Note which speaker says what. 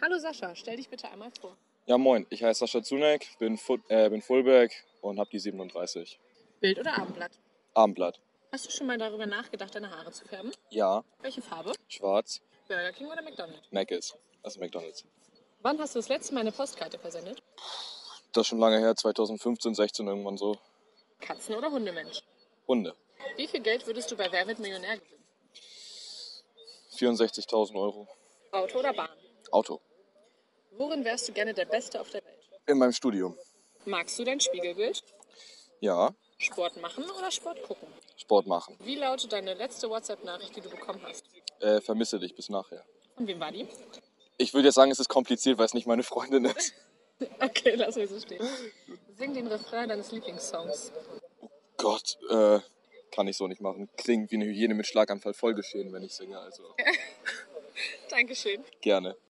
Speaker 1: Hallo Sascha, stell dich bitte einmal vor.
Speaker 2: Ja, moin, ich heiße Sascha Zunek, bin, Fu äh, bin Fullback und habe die 37.
Speaker 1: Bild oder Abendblatt?
Speaker 2: Abendblatt.
Speaker 1: Hast du schon mal darüber nachgedacht, deine Haare zu färben?
Speaker 2: Ja,
Speaker 1: Welche Farbe?
Speaker 2: schwarz,
Speaker 1: Burger King oder McDonald's?
Speaker 2: Mc's. Also McDonalds.
Speaker 1: Wann hast du das letzte Mal eine Postkarte versendet?
Speaker 2: Das ist schon lange her, 2015, 16 irgendwann so.
Speaker 1: Katzen oder Hundemensch?
Speaker 2: Hunde.
Speaker 1: Wie viel Geld würdest du bei Wer wird Millionär gewinnen?
Speaker 2: 64.000 Euro.
Speaker 1: Auto oder Bahn?
Speaker 2: Auto.
Speaker 1: Worin wärst du gerne der Beste auf der Welt?
Speaker 2: In meinem Studium.
Speaker 1: Magst du dein Spiegelbild?
Speaker 2: Ja,
Speaker 1: Sport machen oder Sport gucken?
Speaker 2: Sport machen.
Speaker 1: Wie lautet deine letzte WhatsApp-Nachricht, die du bekommen hast?
Speaker 2: Äh, vermisse dich bis nachher.
Speaker 1: Von wem war die?
Speaker 2: Ich würde jetzt sagen, es ist kompliziert, weil es nicht meine Freundin ist.
Speaker 1: Okay, lass mich so stehen. Sing den Refrain deines Lieblingssongs.
Speaker 2: Gott, äh, kann ich so nicht machen. Klingt wie eine Hygiene mit Schlaganfall vollgeschehen, wenn ich singe, also
Speaker 1: Dankeschön.
Speaker 2: gerne.